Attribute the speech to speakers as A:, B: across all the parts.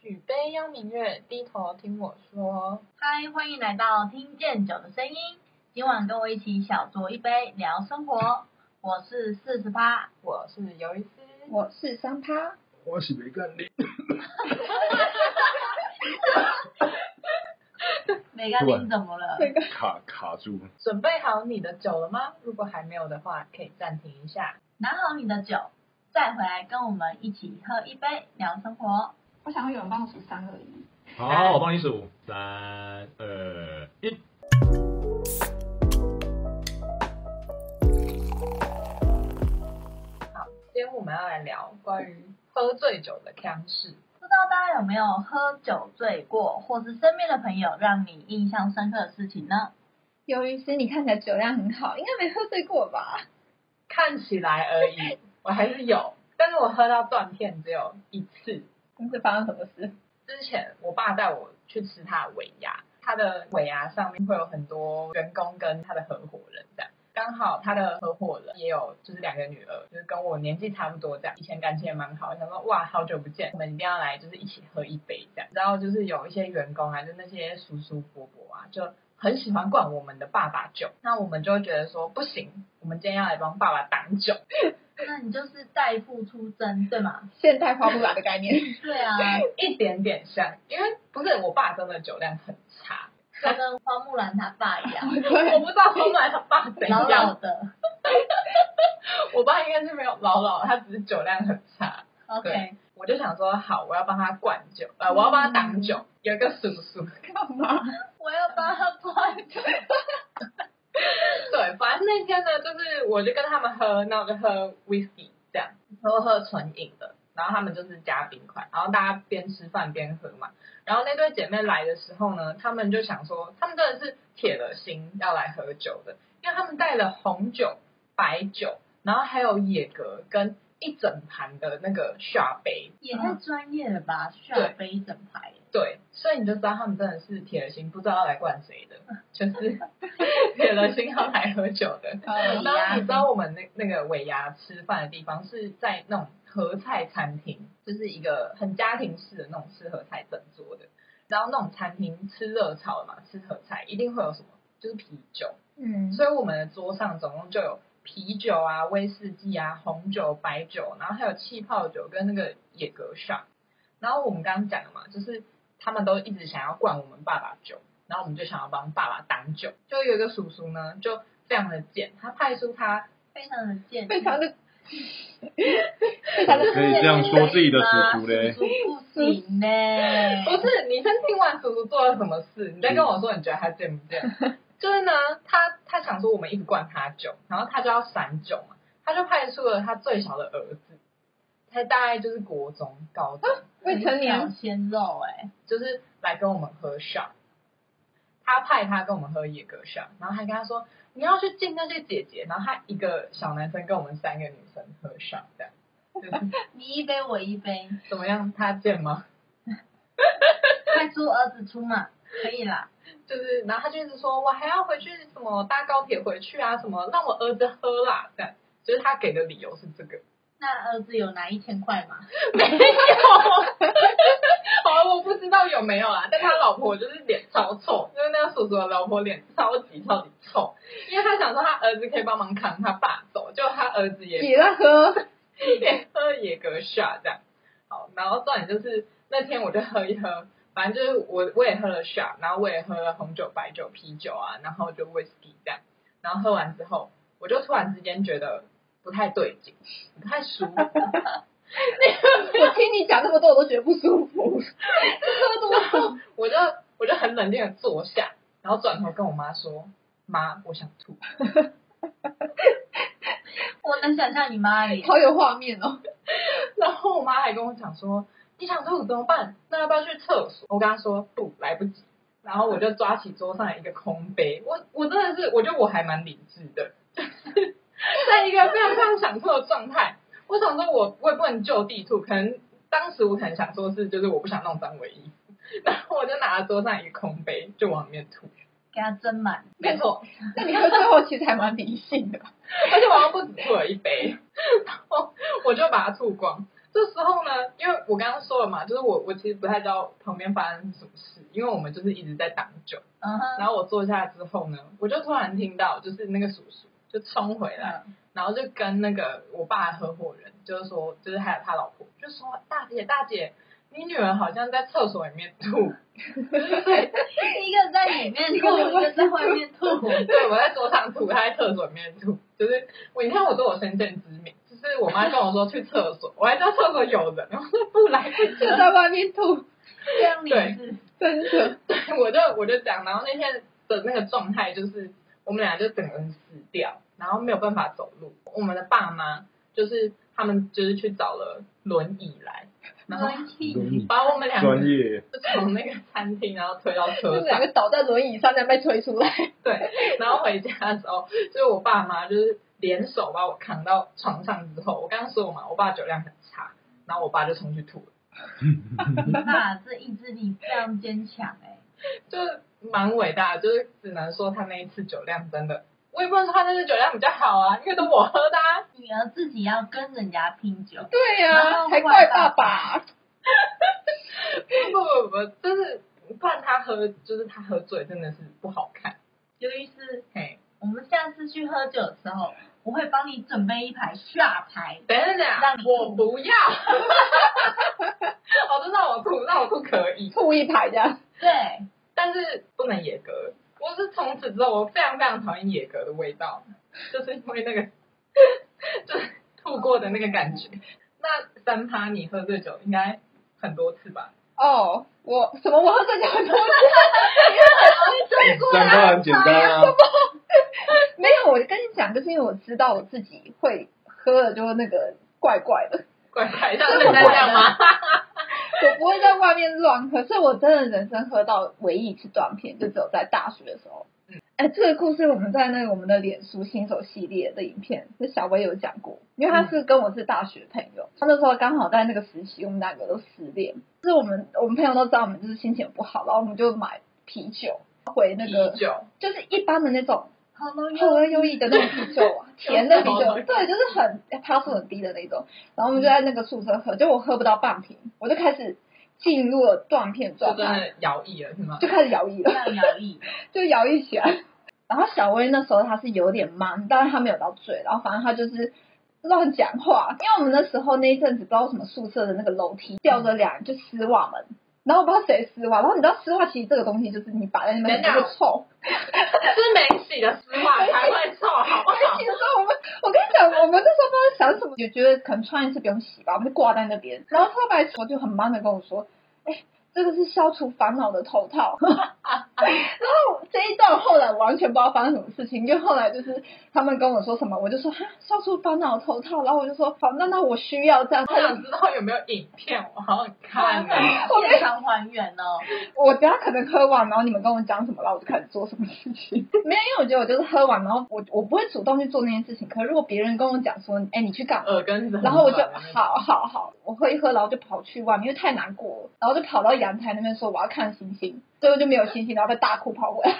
A: 举杯邀明月，低头听我说。
B: 嗨，欢迎来到听见酒的声音。今晚跟我一起小酌一杯，聊生活。我是四十八，
A: 我是尤一思，
C: 我是三趴，
D: 我是没干力，
B: 每个人怎么了？
D: 卡卡住，
A: 准备好你的酒了吗？如果还没有的话，可以暂停一下。
B: 拿好你的酒，再回来跟我们一起喝一杯，聊生活。
C: 我想要有人帮我数三二一。
E: 好，我帮你数，三二一。
A: 今天我们要来聊关于喝醉酒的腔事。
B: 不知道大家有没有喝酒醉过，或是身边的朋友让你印象深刻的事情呢？
C: 由于是你看起来酒量很好，应该没喝醉过吧？
A: 看起来而已，我还是有，但是我喝到断片只有一次。
C: 公司发生什么事？
A: 之前我爸带我去吃他的尾牙，他的尾牙上面会有很多员工跟他的合伙人这样。刚好他的合伙人也有，就是两个女儿，就是跟我年纪差不多这样，以前感情也蛮好。想说哇，好久不见，我们一定要来，就是一起喝一杯这样。然后就是有一些员工啊，就那些叔叔伯伯啊，就很喜欢灌我们的爸爸酒。那我们就会觉得说不行，我们今天要来帮爸爸挡酒。
B: 那你就是代父出征，对吗？
C: 现代花木兰的概念，
B: 对啊，
A: 一点点像，因为不是我爸真的酒量很差，
B: 他跟花木兰他爸一样，
A: 我不知道后来他爸怎
B: 老
A: 样
B: 老。的。
A: 我爸应该是没有老老，他只是酒量很差。
B: OK，
A: 我就想说，好，我要帮他灌酒，呃，我要帮他挡酒。有一个叔叔，
C: 干嘛？
B: 我要帮他灌酒。
A: 对，反正那天呢，就是我就跟他们喝，那我就喝 whisky 这样，喝喝纯饮的，然后他们就是加冰块，然后大家边吃饭边喝嘛。然后那对姐妹来的时候呢，她们就想说，她们真的是铁了心要来喝酒的，因为她们带了红酒、白酒，然后还有野格跟一整盘的那个下杯，
B: 也太专业了吧，需要背一整排。
A: 对，所以你就知道他们真的是铁了心，不知道要来灌谁的，就是 铁了心要来喝酒的。
C: 嗯
B: 对
A: 然后你知道我们那那个尾牙吃饭的地方是在那种合菜餐厅，就是一个很家庭式的那种吃合菜整桌的。然后那种餐厅吃热炒嘛，吃合菜一定会有什么，就是啤酒。
C: 嗯，
A: 所以我们的桌上总共就有啤酒啊、威士忌啊、红酒、白酒，然后还有气泡酒跟那个野格上。然后我们刚刚讲的嘛，就是他们都一直想要灌我们爸爸酒，然后我们就想要帮爸爸挡酒。就有一个叔叔呢，就非常的贱，他派出他
B: 非常的健康，
C: 非常的
D: 可以这样说自己的叔叔嘞
B: 叔。叔不行呢，
A: 不是，你先听完叔叔做了什么事，你再跟我说你觉得他贱不贱？ 就是呢，他他想说我们一直灌他酒，然后他就要散酒嘛，他就派出了他最小的儿子，他大概就是国中、高中，
C: 未成
B: 小
C: 年，
B: 鲜肉哎，
A: 就是来跟我们喝 shot。他派他跟我们喝野格 shot，然后还跟他说你要去敬那些姐姐，然后他一个小男生跟我们三个女生喝 shot，这样，就是
B: 你一杯我一杯，
A: 怎么样？他贱吗？
B: 快出儿子出嘛，可以啦。
A: 就是，然后他就一直说，我还要回去什么搭高铁回去啊，什么让我儿子喝啦，这样，就是他给的理由是这个。
B: 那儿子有拿一千块吗？
A: 好，哦我不知道有没有啊啦，但他老 婆就是脸超臭，就是那个叔叔的老婆脸超级超级臭，因为他想说他儿子可以帮忙扛他爸走，就他儿子也
C: 也在喝，
A: 也喝野格下这样。好，然后重点就是那天我就喝一喝， 反正就是我我也喝了 shot，然后我也喝了红酒、白酒、啤酒啊，然后就 whisky 这样。然后喝完之后，我就突然之间觉得不太对劲，不太舒服。
C: 我听你讲那么多，我都觉得不舒服。 喝多少？
A: 我就我就很冷静的坐下，然后转头跟我妈说：“妈，我想吐。
B: 我能想象你妈 耶，
C: 好有画面哦。”
A: 然后我妈还跟我讲说：“你想吐怎么办？那要不要去厕所？”我跟她说：“不，来不及。”然后我就抓起桌上的一个空杯，我我真的是，我觉得我还蛮理智的，就是 在一个非常非常想吐的状态。我想说我，我也不能就地吐，可能当时我可能想说是，就是我不想弄脏我的衣服， 然后我就拿了桌上一个空杯就往里面吐，
B: 给他斟满。
A: 没错，
C: 那你喝最后其实还蛮理性的吧。
A: 而且我好像不止吐了一杯，然后我就把它吐光。这时候呢，因为我刚刚说了嘛，就是我我其实不太知道旁边发生什么事，因为我们就是一直在挡酒。
B: 嗯哼，
A: 然后我坐下之后呢，我就突然听到，就是那个叔叔就冲回来，然后就跟那个我爸的合伙人，就是说，就是还有他老婆，就说大姐大姐，你女儿好像在厕所里面吐，
B: 一个在里 面吐，一个在外面吐，
A: 对，我在桌上吐，她在厕所里面吐，就是我你看我对我身见之明，就是我妈跟我说去厕所，我还知道厕所有人，然后说不来不及
C: 就在外面吐，
B: 这样你是
C: 真的。
A: 对，我就我就讲，然后那天的那个状态就是，我们俩就整个人死掉，然后没有办法走路。我们的爸妈就是他们就是去找了轮椅来，然后
B: 轮替，
D: 轮椅
A: 把我们两个
D: 专业，
A: 就从那个餐厅然后推到
C: 就
A: 车
C: 是两
A: 上，
C: 个倒在轮椅上，再被推出来，
A: 对，然后回家的时候，就是我爸妈就是联手把我扛到床上之后，我刚刚说我嘛，我爸酒量很差，然后我爸就冲去吐了，
B: 那这意志力非常坚强哎。
A: 就是蛮伟大的，就是只能说他那一次酒量真的，我也不能说他那次酒量比较好啊，因为都我喝的、啊。
B: 女儿自己要跟人家拼酒，
C: 对
B: 然后
C: 还怪爸爸，
A: 不不不，就是不然他喝，就是他喝醉真的是不好看。
B: 尤其是
A: 嘿，
B: 我们下次去喝酒的时候，我会帮你准备一排下牌，
A: 等一下等一下
B: 让你，
A: 我不要。我知道我吐，让我吐可以，
C: 吐一排这样。
B: 对，
A: 但是不能野格。我是从此之后，我非常非常讨厌野格的味道，就是因为那个， 就是吐过的那个感觉。那三趴你喝醉酒应该很多次吧？
C: 哦，我什么？我喝醉酒很多次，
D: 三八很简单啊，
C: 没有。我跟你讲，就是因为我知道我自己会喝了，就是那个怪怪的，
A: 怪怪，像圣诞这样吗？
C: 我不会在外面乱喝，所以我真的人生喝到唯一一次断片，就只有在大学的时候。嗯，哎，这个故事我们在那个我们的脸书新手系列的影片，就小薇有讲过，因
A: 嗯
C: 为她是跟我是大学朋友，她那时候刚好在那个时期，我们两个都失恋，就是我们我们朋友都知道我们就是心情不好，然后我们就买啤酒回那个
A: 啤，酒，
C: 就是一般的那种
B: 好浓
C: 后
B: 哟，
C: 而优异的那种啤酒啊，甜的啤酒
A: 有什么，
C: 对，就是很趴数很低的那种。然后我们就在那个宿舍喝，就我喝不到半瓶，我就开始进入了断片
A: 就
C: 状
A: 真
C: 态，
A: 的摇椅了是吗？
C: 就开始摇曳了，
B: 让摇椅，
C: 就摇曳起来。然后小薇那时候她是有点忙，但是她没有到醉，然后反正她就是乱讲话。因为我们那时候那一阵子不知道为什么宿舍的那个楼梯掉了两就丝袜门，然后我不知道谁丝袜，然后你知道丝袜其实这个东西就是你摆在那边
A: 等
C: 就
A: 等
C: 会臭，
A: 是没洗的丝袜才会臭，好 不好
C: 洗？的时候，我们我跟你讲，我们那时候不知道想什么，就觉得可能穿一次不用洗吧，我们就挂在那边。然后后来我就很忙的跟我说，哎、这个是消除烦恼的头套。 然后这一段后来我完全不知道发生什么事情，因为后来就是他们跟我说什么，我就说哈消除烦恼的头套，然后我就说好，那那我需要 这样。
A: 我想知道有没有影片，我好想看啊！
B: 现场还原哦，
C: 我等下可能喝完，然后你们跟我讲什么，然后我就开始做什么事情。 没有，因为我觉得我就是喝完，然后我我不会主动去做那件事情。可是如果别人跟我讲说，哎、你去干嘛？
A: 耳根子很软，啊
C: 然后我就好好好，我喝一喝，然后就跑去外面，因为太难过了，然后就跑到阳台那边说我要看星星，最后就没有星星，然后被大哭跑回来。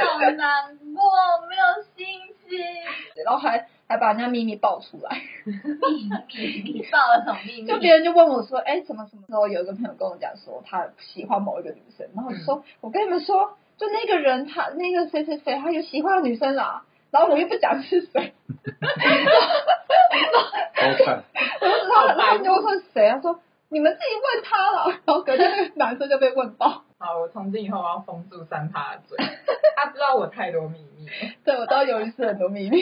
B: 好难过，没有星星。
C: 然后还还把人家秘密爆出来，
B: 秘密，你爆了什么秘密？
C: 就别人就问我说，哎，什么什么时候有一个朋友跟我讲说他喜欢某一个女生，然后我就说，我跟你们说，就那个人他那个谁谁谁他有喜欢的女生啦，然后我又不讲是谁，
D: 好惨，
C: 我就知道了，然后就问谁，他说你们自己问他了，然后隔天那个男生就被问爆，
A: 好，我从今以后我要封住三趴的嘴，他知道我太多秘密了，
C: 对我知道有一次很多秘密。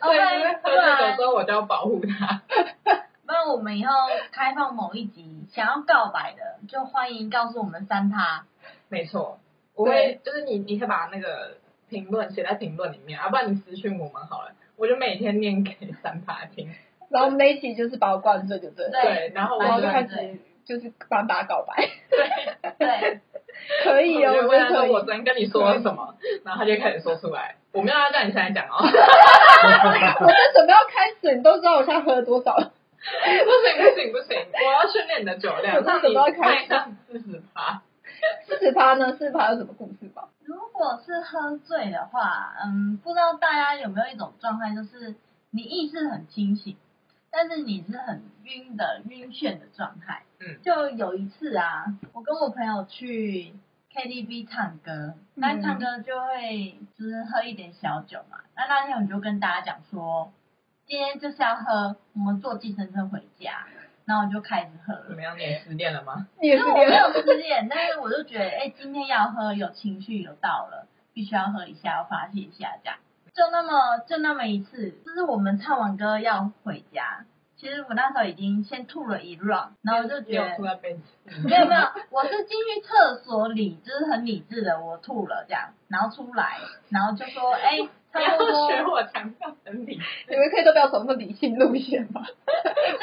B: 哦，不
A: 所以
B: 然
A: 因为喝
B: 不
A: 醉酒
B: 然
A: 之后我就要保护他。
B: 不然我们以后开放某一集，想要告白的就欢迎告诉我们三趴。
A: 没错，我会就是你，你可以把那个评论写在评论里面，啊，不然你私讯我们好了，我就每天念给三趴听。
C: 然后我们那一期就是把我灌醉就对了，
A: 对，然后我
C: 然后
A: 就
C: 就
B: 对
C: 开始就是帮大家告白，
B: 对，
C: 可以哦，
A: 我
C: 我
A: 问
C: 觉
A: 他
C: 得可
A: 说
C: 以
A: 我。昨天跟你说了什么，然后他就开始说出来，我没有要叫你现在讲哦，
C: 我在准备要开始，你都知道我现在喝了多少了，
A: 不行不行不行，我要训练你的酒量，
C: 我
A: 让
C: 是怎
A: 你
C: 么要开
A: 迈
C: 始
A: 向四十趴。
C: 四十趴呢？四十趴有什么故事吗？
B: 如果是喝醉的话，嗯，不知道大家有没有一种状态，就是你意识很清醒，但是你是很晕的、晕眩的状态。
A: 嗯
B: 就有一次啊，我跟我朋友去 KTV 唱歌，那唱歌就会就是喝一点小酒嘛。那那天我就跟大家讲说，今天就是要喝，我们坐计程车回家。然后我就开始喝
A: 怎
B: 了，
A: 么样？你也失恋了吗？
C: 你也
B: 因
C: 是
B: 为我没
C: 连
B: 有失恋，但是我就觉得，哎、今天要喝，有情绪有到了，必须要喝一下，要发泄一下，这样。就那么就那么一次，就是我们唱完歌要回家，其实我那时候已经先吐了一 round，然后我就
A: 你
B: 觉
A: 有吐在
B: 得
A: 杯子里
B: 没有没有，我是进去厕所里，就是很理智的，我吐了这样，然后出来，然后就说，哎、
A: 不
B: 差
A: 要
B: 不多
A: 学我强调整体，
C: 你们可以都不要走那么理性路线吧。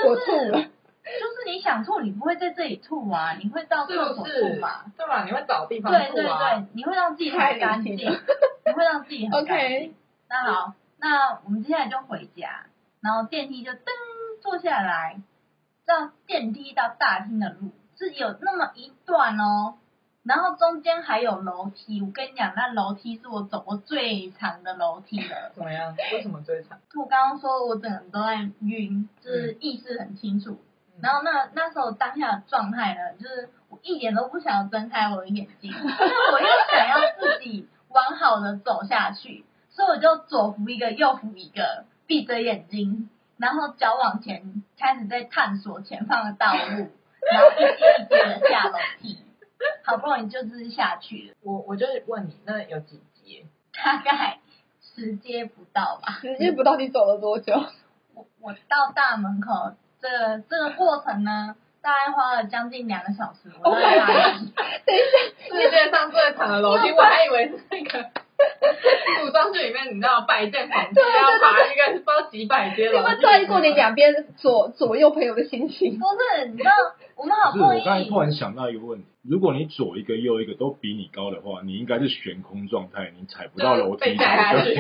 C: 我吐了，
B: 就是你想吐，你不会在这里吐啊，你会到
A: 是
B: 厕
A: 不
B: 所
A: 是
B: 吐嘛？？
A: 对吧？你会找地方
B: 对对
A: 吐啊。
B: 对，你会让自己很干净，
C: 太理性了
B: 你会让自己很干
C: OK
B: 净。那好，那我们接下来就回家，然后电梯就噔坐下来，到电梯到大厅的路是有那么一段哦，然后中间还有楼梯。我跟你讲，那楼梯是我走过最长的楼梯了。
A: 怎么样？为什么最长？
B: 我刚刚说我整个人都在晕，就是意识很清楚。
A: 嗯
B: 然后那那时候当下的状态呢，就是我一点都不想要睁开我的眼睛，因为我又想要自己完好的走下去，所以我就左扶一个，右扶一个，闭着眼睛，然后脚往前开始在探索前方的道路，然后一阶一阶的下楼梯，好不容易就是下去了，
A: 我我就是问你，那有几节？
B: 大概十阶不到吧。
C: 时间不到底走了多久？
B: 我我到大门口这个这个过程呢，大概花了将近两个小时，我
C: Oh
B: 在
C: my
B: 大门
A: 世界上最长的楼梯，我还以为是那个古装剧里面，你知道百剑皇帝要爬一个不知道几百阶
C: 你
A: 楼
C: 会
B: 啊
A: 梯。
C: 在意过你两边左左右朋友的心情？
B: 不是，你知道我们好不
E: 可是我
B: 容
E: 刚才
B: 易
E: 突然想到一个问题：如果你左一个右一个都比你高的话，你应该是悬空状态，你踩不到 楼
A: 被
E: 梯，
A: 踩下去，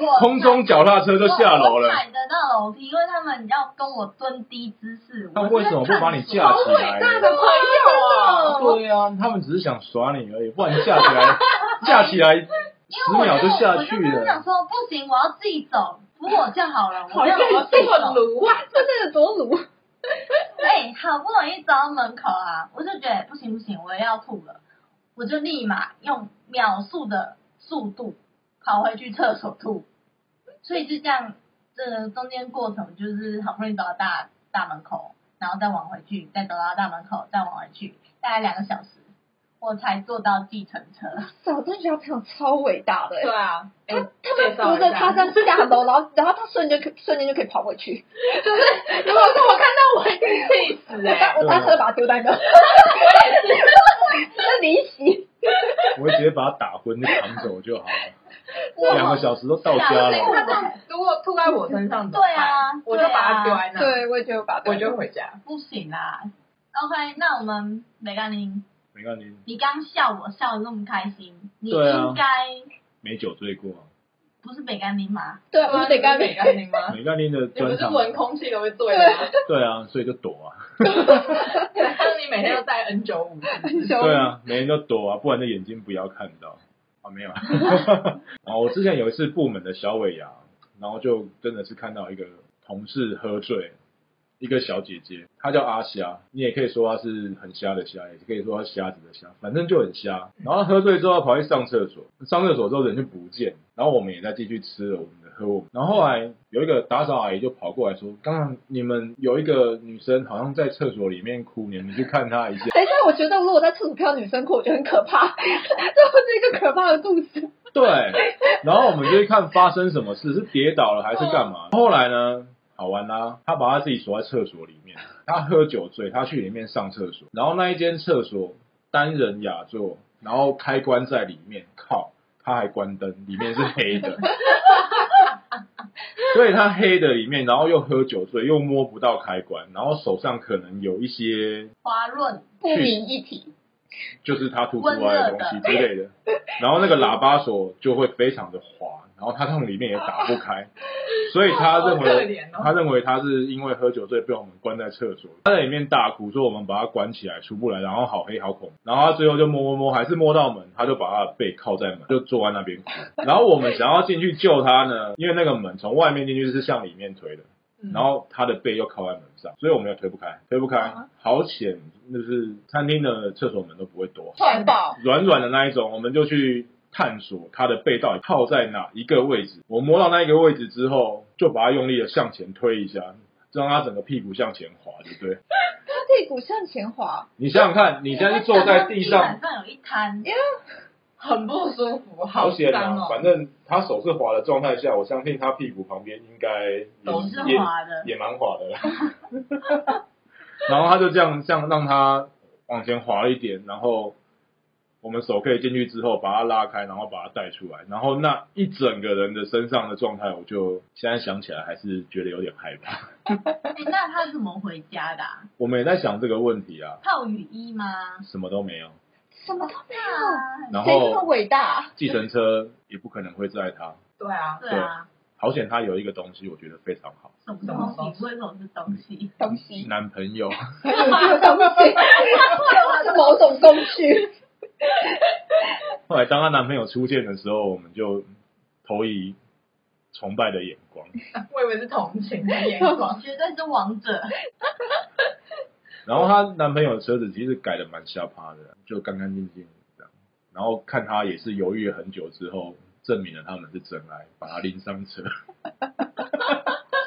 B: 我
E: 空中脚踏车就下楼
B: 我
E: 了。
B: 踩得到楼梯，因为他们要跟我蹲低姿势。
E: 那
B: 我
E: 为什么不把你架起来
A: 大的
E: 呢？
A: 朋友啊！
E: 对啊，他们只是想耍你而已，不然架起 来，架起来
B: 因
E: 十
B: 为我
E: 秒
B: 就
E: 下
B: 我
E: 去
B: 就跟他 讲
E: 了。
B: 说，不行，我要自己走，扶我就好了，我
A: 好
B: 没有
A: 像
B: 我要自己
A: 做
B: 走。
A: 炉啊！
C: 真的有多鲁？
B: 哎、好不容易走到门口啊，我就觉得不行不行，我要吐了，我就立马用秒速的速度跑回去厕所吐。所以就这样，这个中间过程就是好不容易走到大大门口，然后再往回去，再走到大门口，再往回去，大概两个小时，我才坐到计程车。
C: 早知道小朋友超伟大的、
A: 对
C: 欸，
A: 啊，哎
C: 他们扶着他这样下楼，然后然后他瞬间可瞬间就可以跑回去。就是如果是我看到我，
A: 气死
C: 我
B: 啊
A: 哎！
C: 当我当车把他丢在 那，那离席。
E: 我会直接把他打昏，就扛走就好了。 两个小时都到
B: 是啊
E: 家
B: 那个
E: 了，
A: 他这样如果吐在我身上怎么办
B: 对啊
A: 我就把它丢在那，
C: 对，我啊也觉得把他
A: 我就回家。
B: 不行啦。OK，那我们梅甘宁，
E: 没关系，
B: 你刚笑我笑的那么开心，你
E: 对啊
B: 应该、
E: 没酒醉过。啊
B: 不是北甘宁吗？
C: 对，我们得干
A: 美
C: 杯。
A: 干净吗？
E: 没干你的
A: 你不
E: 专
A: 是
E: 场，
A: 闻空气都会醉 吗？
E: 对啊，所以就躲啊，
A: 但是你每天都戴 N 九五， 嗯
C: 很凶
E: 对啊，每人都躲啊，不然的眼睛不要看到啊，没有啊。啊，我之前有一次部门的小尾牙，然后就真的是看到一个同事喝醉，一个小姐姐，她叫阿虾，你也可以说她是很瞎的瞎，也可以说她瞎子的瞎，反正就很瞎。然后她喝醉之后跑去上厕所，上厕所之后人就不见，然后我们也在继续吃了我们的喝我们。然后后来有一个打扫阿姨就跑过来说，刚刚你们有一个女生好像在厕所里面哭，你们去看她一下。
C: 等一下，我觉得如果在厕所看到女生哭，我觉得很可怕，这是一个可怕的故事。
E: 对，然后我们就去看发生什么事，是跌倒了还是干嘛？后来呢，好玩啦、他把他自己锁在厕所里面，他喝酒醉，他去里面上厕所，然后那一间厕所单人雅座，然后开关在里面，靠，他还关灯，里面是黑的。所以他黑的里面，然后又喝酒醉，又摸不到开关，然后手上可能有一些
B: 华润
C: 不明一体，
E: 就是他吐出来的东西之类的，然后那个喇叭锁就会非常的滑，然后他从里面也打不 开，所以他认
A: 好可
E: 为
A: 怜哦
E: 他认为他是因为喝酒醉被我们关在厕所，他在里面大哭说我们把他关起来出不来，然后好黑好恐怖，然后他最后就摸摸摸还是摸到门，他就把他的背靠在门，就坐在那边哭，然后我们想要进去救他呢，因为那个门从外面进去是向里面推的。
A: 嗯
E: 然后他的背又靠在门上，所以我们又推不开，推不开，好险，就是餐厅的厕所门都不会多，
C: 环保，
E: 软软的那一种，我们就去探索它的背到底靠在哪一个位置。我摸到那一个位置之后，就把它用力的向前推一下，让它整个屁股向前滑，对不对？
C: 他屁股向前滑，
E: 你想想看，你现在是坐在地上
B: 板，上有一滩，
A: 很不舒服，
E: 好险
A: 脏
E: 啊！
A: 哦。
E: 反正他手是滑的状态下，我相信他屁股旁边应该也
B: 都是
E: 也
B: 滑的。
E: 也蛮滑的啦。 然后他就这样这样让他往前滑了一点，然后我们手可以进去之后把它拉开，然后把它带出来，然后那一整个人的身上的状态，我就现在想起来还是觉得有点害怕。
B: 哎，那他怎么回家的啊？
E: 我们也在想这个问题啊，
B: 套雨衣吗？
E: 什么都没有，
C: 什么都没有，
B: 那
E: 然
C: 谁这么
E: 后
C: 伟大？
E: 计程车也不可能会载他。
A: 对啊，
B: 对啊，
E: 好险，他有一个东西，我觉得非常好，
B: 什么东西？为什么是东西？
C: 东西，
E: 男朋友。
C: 很有趣的东西， 是某种工具。
E: 后来当她男朋友出现的时候，我们就投以崇拜的眼 光。
A: 我以为是同情的眼光。
B: 绝对是王者，
E: 然后她男朋友的车子其实改的蛮瞎趴的，就干干净净这样。然后看她也是犹豫了很久之后，证明了他们是真爱，把她拎上 车。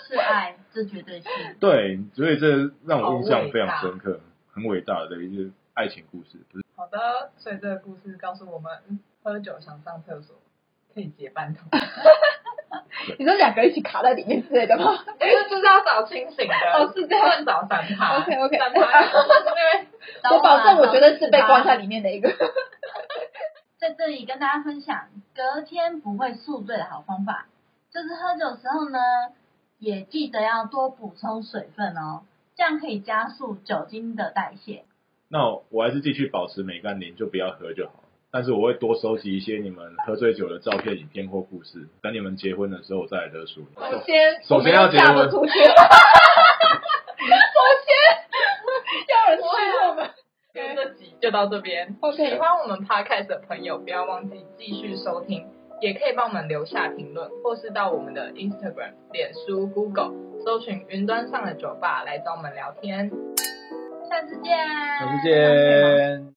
B: 是爱，这绝对是。
E: 对，所以这让我
A: 好
E: 印象
A: 伟
E: 非常
A: 大
E: 深刻，很伟大的一个爱情故事，不是？
A: 好的，所以这个故事告诉我们，嗯喝酒想上厕所可以结伴同，
C: 你说两个一起卡在里面之类的 吗？
A: 这就是要找清醒的，
C: 哦是这样
A: 不能找 三趴
C: 啊 OK，OK
A: 三趴， 因为
C: 我保证，
B: 啊
C: 我绝对是被关在
B: 在。
C: 里面的一个。
B: 在这里跟大家分享隔天不会宿醉的好方法，就是喝酒时候呢，也记得要多补充水分哦，这样可以加速酒精的代谢。
E: 那我还是继续保持美干林，就不要喝就好。但是我会多收集一些你们喝醉酒的照片、影片或故事，等你们结婚的时候我再来勒索你。
C: 首先，
E: 首先要结婚
C: 我们嫁不出去。首 先，要有人催我们。
A: 今天这集就到这边。喜
C: OK，
A: 欢我们 podcast 的朋友，不要忘记继续收听，也可以帮我们留下评论，或是到我们的 Instagram、脸书、Google 搜寻“云端上的酒吧”来找我们聊天。
B: 下次见，
E: 下次见。